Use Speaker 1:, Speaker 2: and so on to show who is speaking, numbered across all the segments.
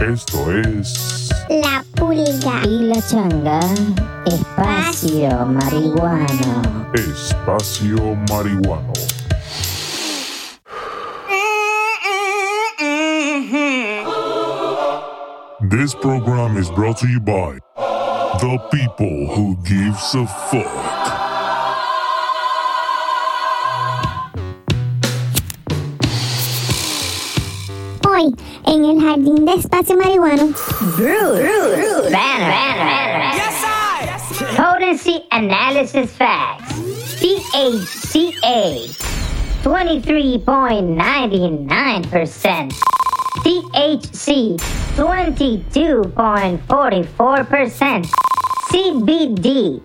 Speaker 1: Esto es.
Speaker 2: La pulga.
Speaker 3: Y la changa, espacio marihuano.
Speaker 1: Espacio Marihuano. This program is brought to you by the people who gives a fuck.
Speaker 2: Hoy, en el jardín de espacio marihuano,
Speaker 3: Banner. Yes, I. Potency analysis facts. THCA, 23.99%. THC, 22.44%. CBD,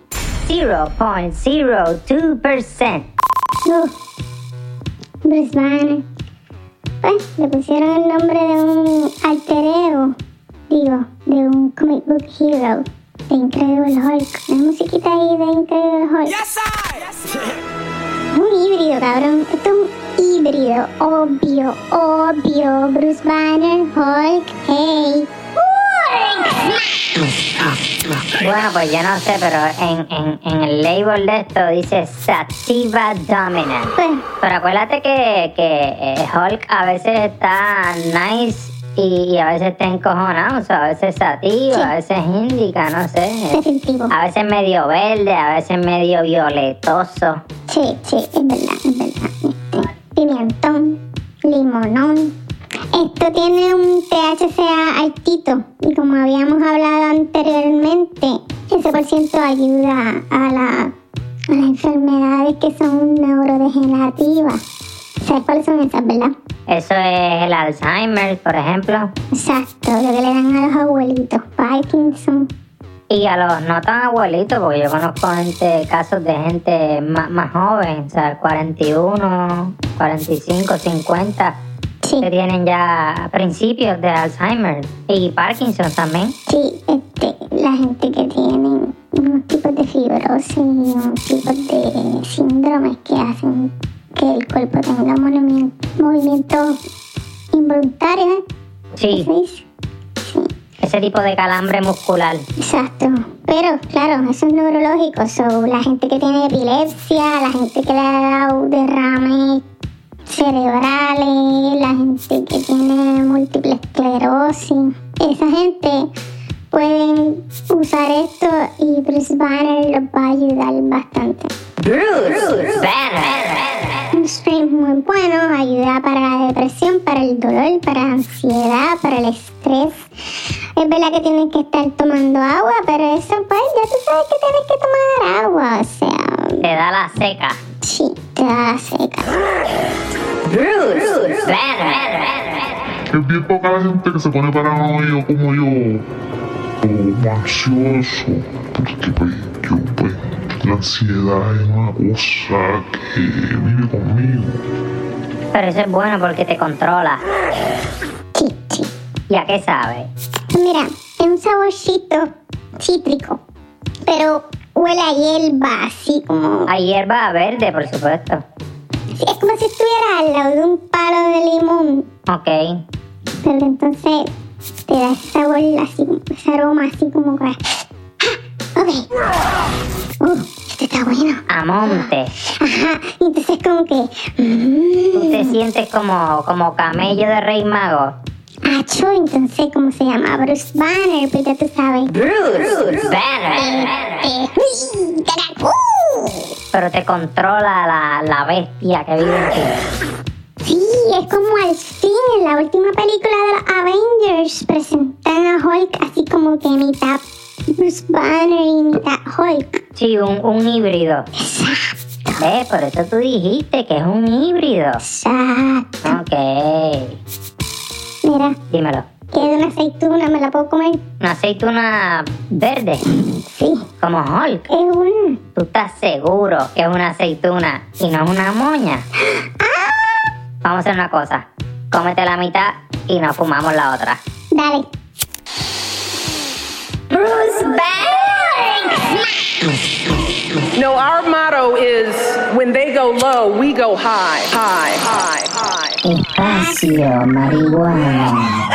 Speaker 3: 0.02%.
Speaker 2: Luz, Bruce Banner. Pues le pusieron el nombre de un alter ego, digo, de un comic book hero, de Incredible Hulk. Una musiquita ahí de Incredible Hulk. Es un híbrido, cabrón. Esto es un híbrido, obvio, obvio. Bruce Banner, Hulk, hey.
Speaker 3: Bueno, pues yo no sé, pero en, en- en el label de esto dice Sativa Dominant.
Speaker 2: Pues,
Speaker 3: Pero acuérdate que, que eh, Hulk a veces está nice y, y a veces está encojonado. O sea, a veces sativa,
Speaker 2: Sí.
Speaker 3: a veces índica, no sé.
Speaker 2: definitivo.
Speaker 3: A veces medio verde, a veces medio violetoso.
Speaker 2: Sí, sí, es verdad, es verdad. Este, pimientón, limonón. Esto tiene un THCA altito y como habíamos hablado anteriormente, ese por ciento ayuda a, la- a las enfermedades que son neurodegenerativas. ¿Sabes cuáles son esas, verdad?
Speaker 3: Eso es el Alzheimer, por ejemplo.
Speaker 2: Exacto, lo que le dan a los abuelitos, Parkinson.
Speaker 3: Y a los no tan abuelitos, porque yo conozco gente, casos de gente más, más joven, o sea, 41, 45, 50,
Speaker 2: Sí,
Speaker 3: que tienen ya principios de Alzheimer y Parkinson también.
Speaker 2: sí, este, la gente que tiene unos tipos de fibrosis y unos tipos de síndromes que hacen que el cuerpo tenga movimi- movimientos involuntarios. ¿eh?
Speaker 3: Sí,
Speaker 2: ¿Se dice? Sí,
Speaker 3: ese tipo de calambre muscular.
Speaker 2: exacto. Pero claro, eso es neurológico. So, la gente que tiene epilepsia, la gente que le ha dado derrames cerebrales, la gente que tiene múltiple esclerosis. Esa gente pueden usar esto y Bruce Banner los va a ayudar bastante.
Speaker 3: Ver.
Speaker 2: Un stream muy bueno, ayuda para la depresión, para el dolor, para la ansiedad, para el estrés. Es verdad que tienes que estar tomando agua, pero eso pues ya tú sabes que tienes que tomar agua, o sea,
Speaker 3: Te da la seca.
Speaker 2: sí, te da la seca.
Speaker 3: Ver.
Speaker 1: Es bien poca la gente que se pone paranoico como yo. O ansioso. Porque pues yo pues. La ansiedad es una cosa que vive conmigo.
Speaker 3: Pero eso es bueno porque te controla.
Speaker 2: Sí, sí.
Speaker 3: ¿Y a qué sabe?
Speaker 2: Mira, es un saborcito cítrico, pero huele a hierba, así como...
Speaker 3: A hierba verde, por supuesto.
Speaker 2: Es como si estuvieras al lado de un palo de limón
Speaker 3: Ok.
Speaker 2: Pero entonces te da ese sabor así, ese aroma así como que. ¡Ah! Ok. Uh, esto está bueno.
Speaker 3: A monte.
Speaker 2: Ajá. Y entonces como que.
Speaker 3: Tú
Speaker 2: Mmm.
Speaker 3: te sientes como, como camello de rey mago.
Speaker 2: Acho, entonces como se llama Bruce Banner, pues ya tú sabes.
Speaker 3: Ver.
Speaker 2: Eh, uy, ¡Uh! carajo.
Speaker 3: Pero te controla la, la bestia que vive en ti.
Speaker 2: Sí, es como al fin en la última película de los Avengers presentan a Hulk así como que mitad Bruce Banner y mitad Hulk.
Speaker 3: Sí, un, un híbrido. ¿Ves? Por eso tú dijiste que es un híbrido.
Speaker 2: Exacto.
Speaker 3: Ok.
Speaker 2: Mira.
Speaker 3: Dímelo.
Speaker 2: Queda una aceituna, me la puedo comer.
Speaker 3: Una aceituna verde,
Speaker 2: Sí,
Speaker 3: como Hulk.
Speaker 2: es una.
Speaker 3: ¿Tú estás seguro que es una aceituna y no es una moña? Vamos a hacer una cosa. Cómete la mitad y nos fumamos la otra.
Speaker 2: Dale.
Speaker 3: Bruce
Speaker 4: No, our motto is when they go low, we go high, high, high, high.
Speaker 3: Espacio marihuana.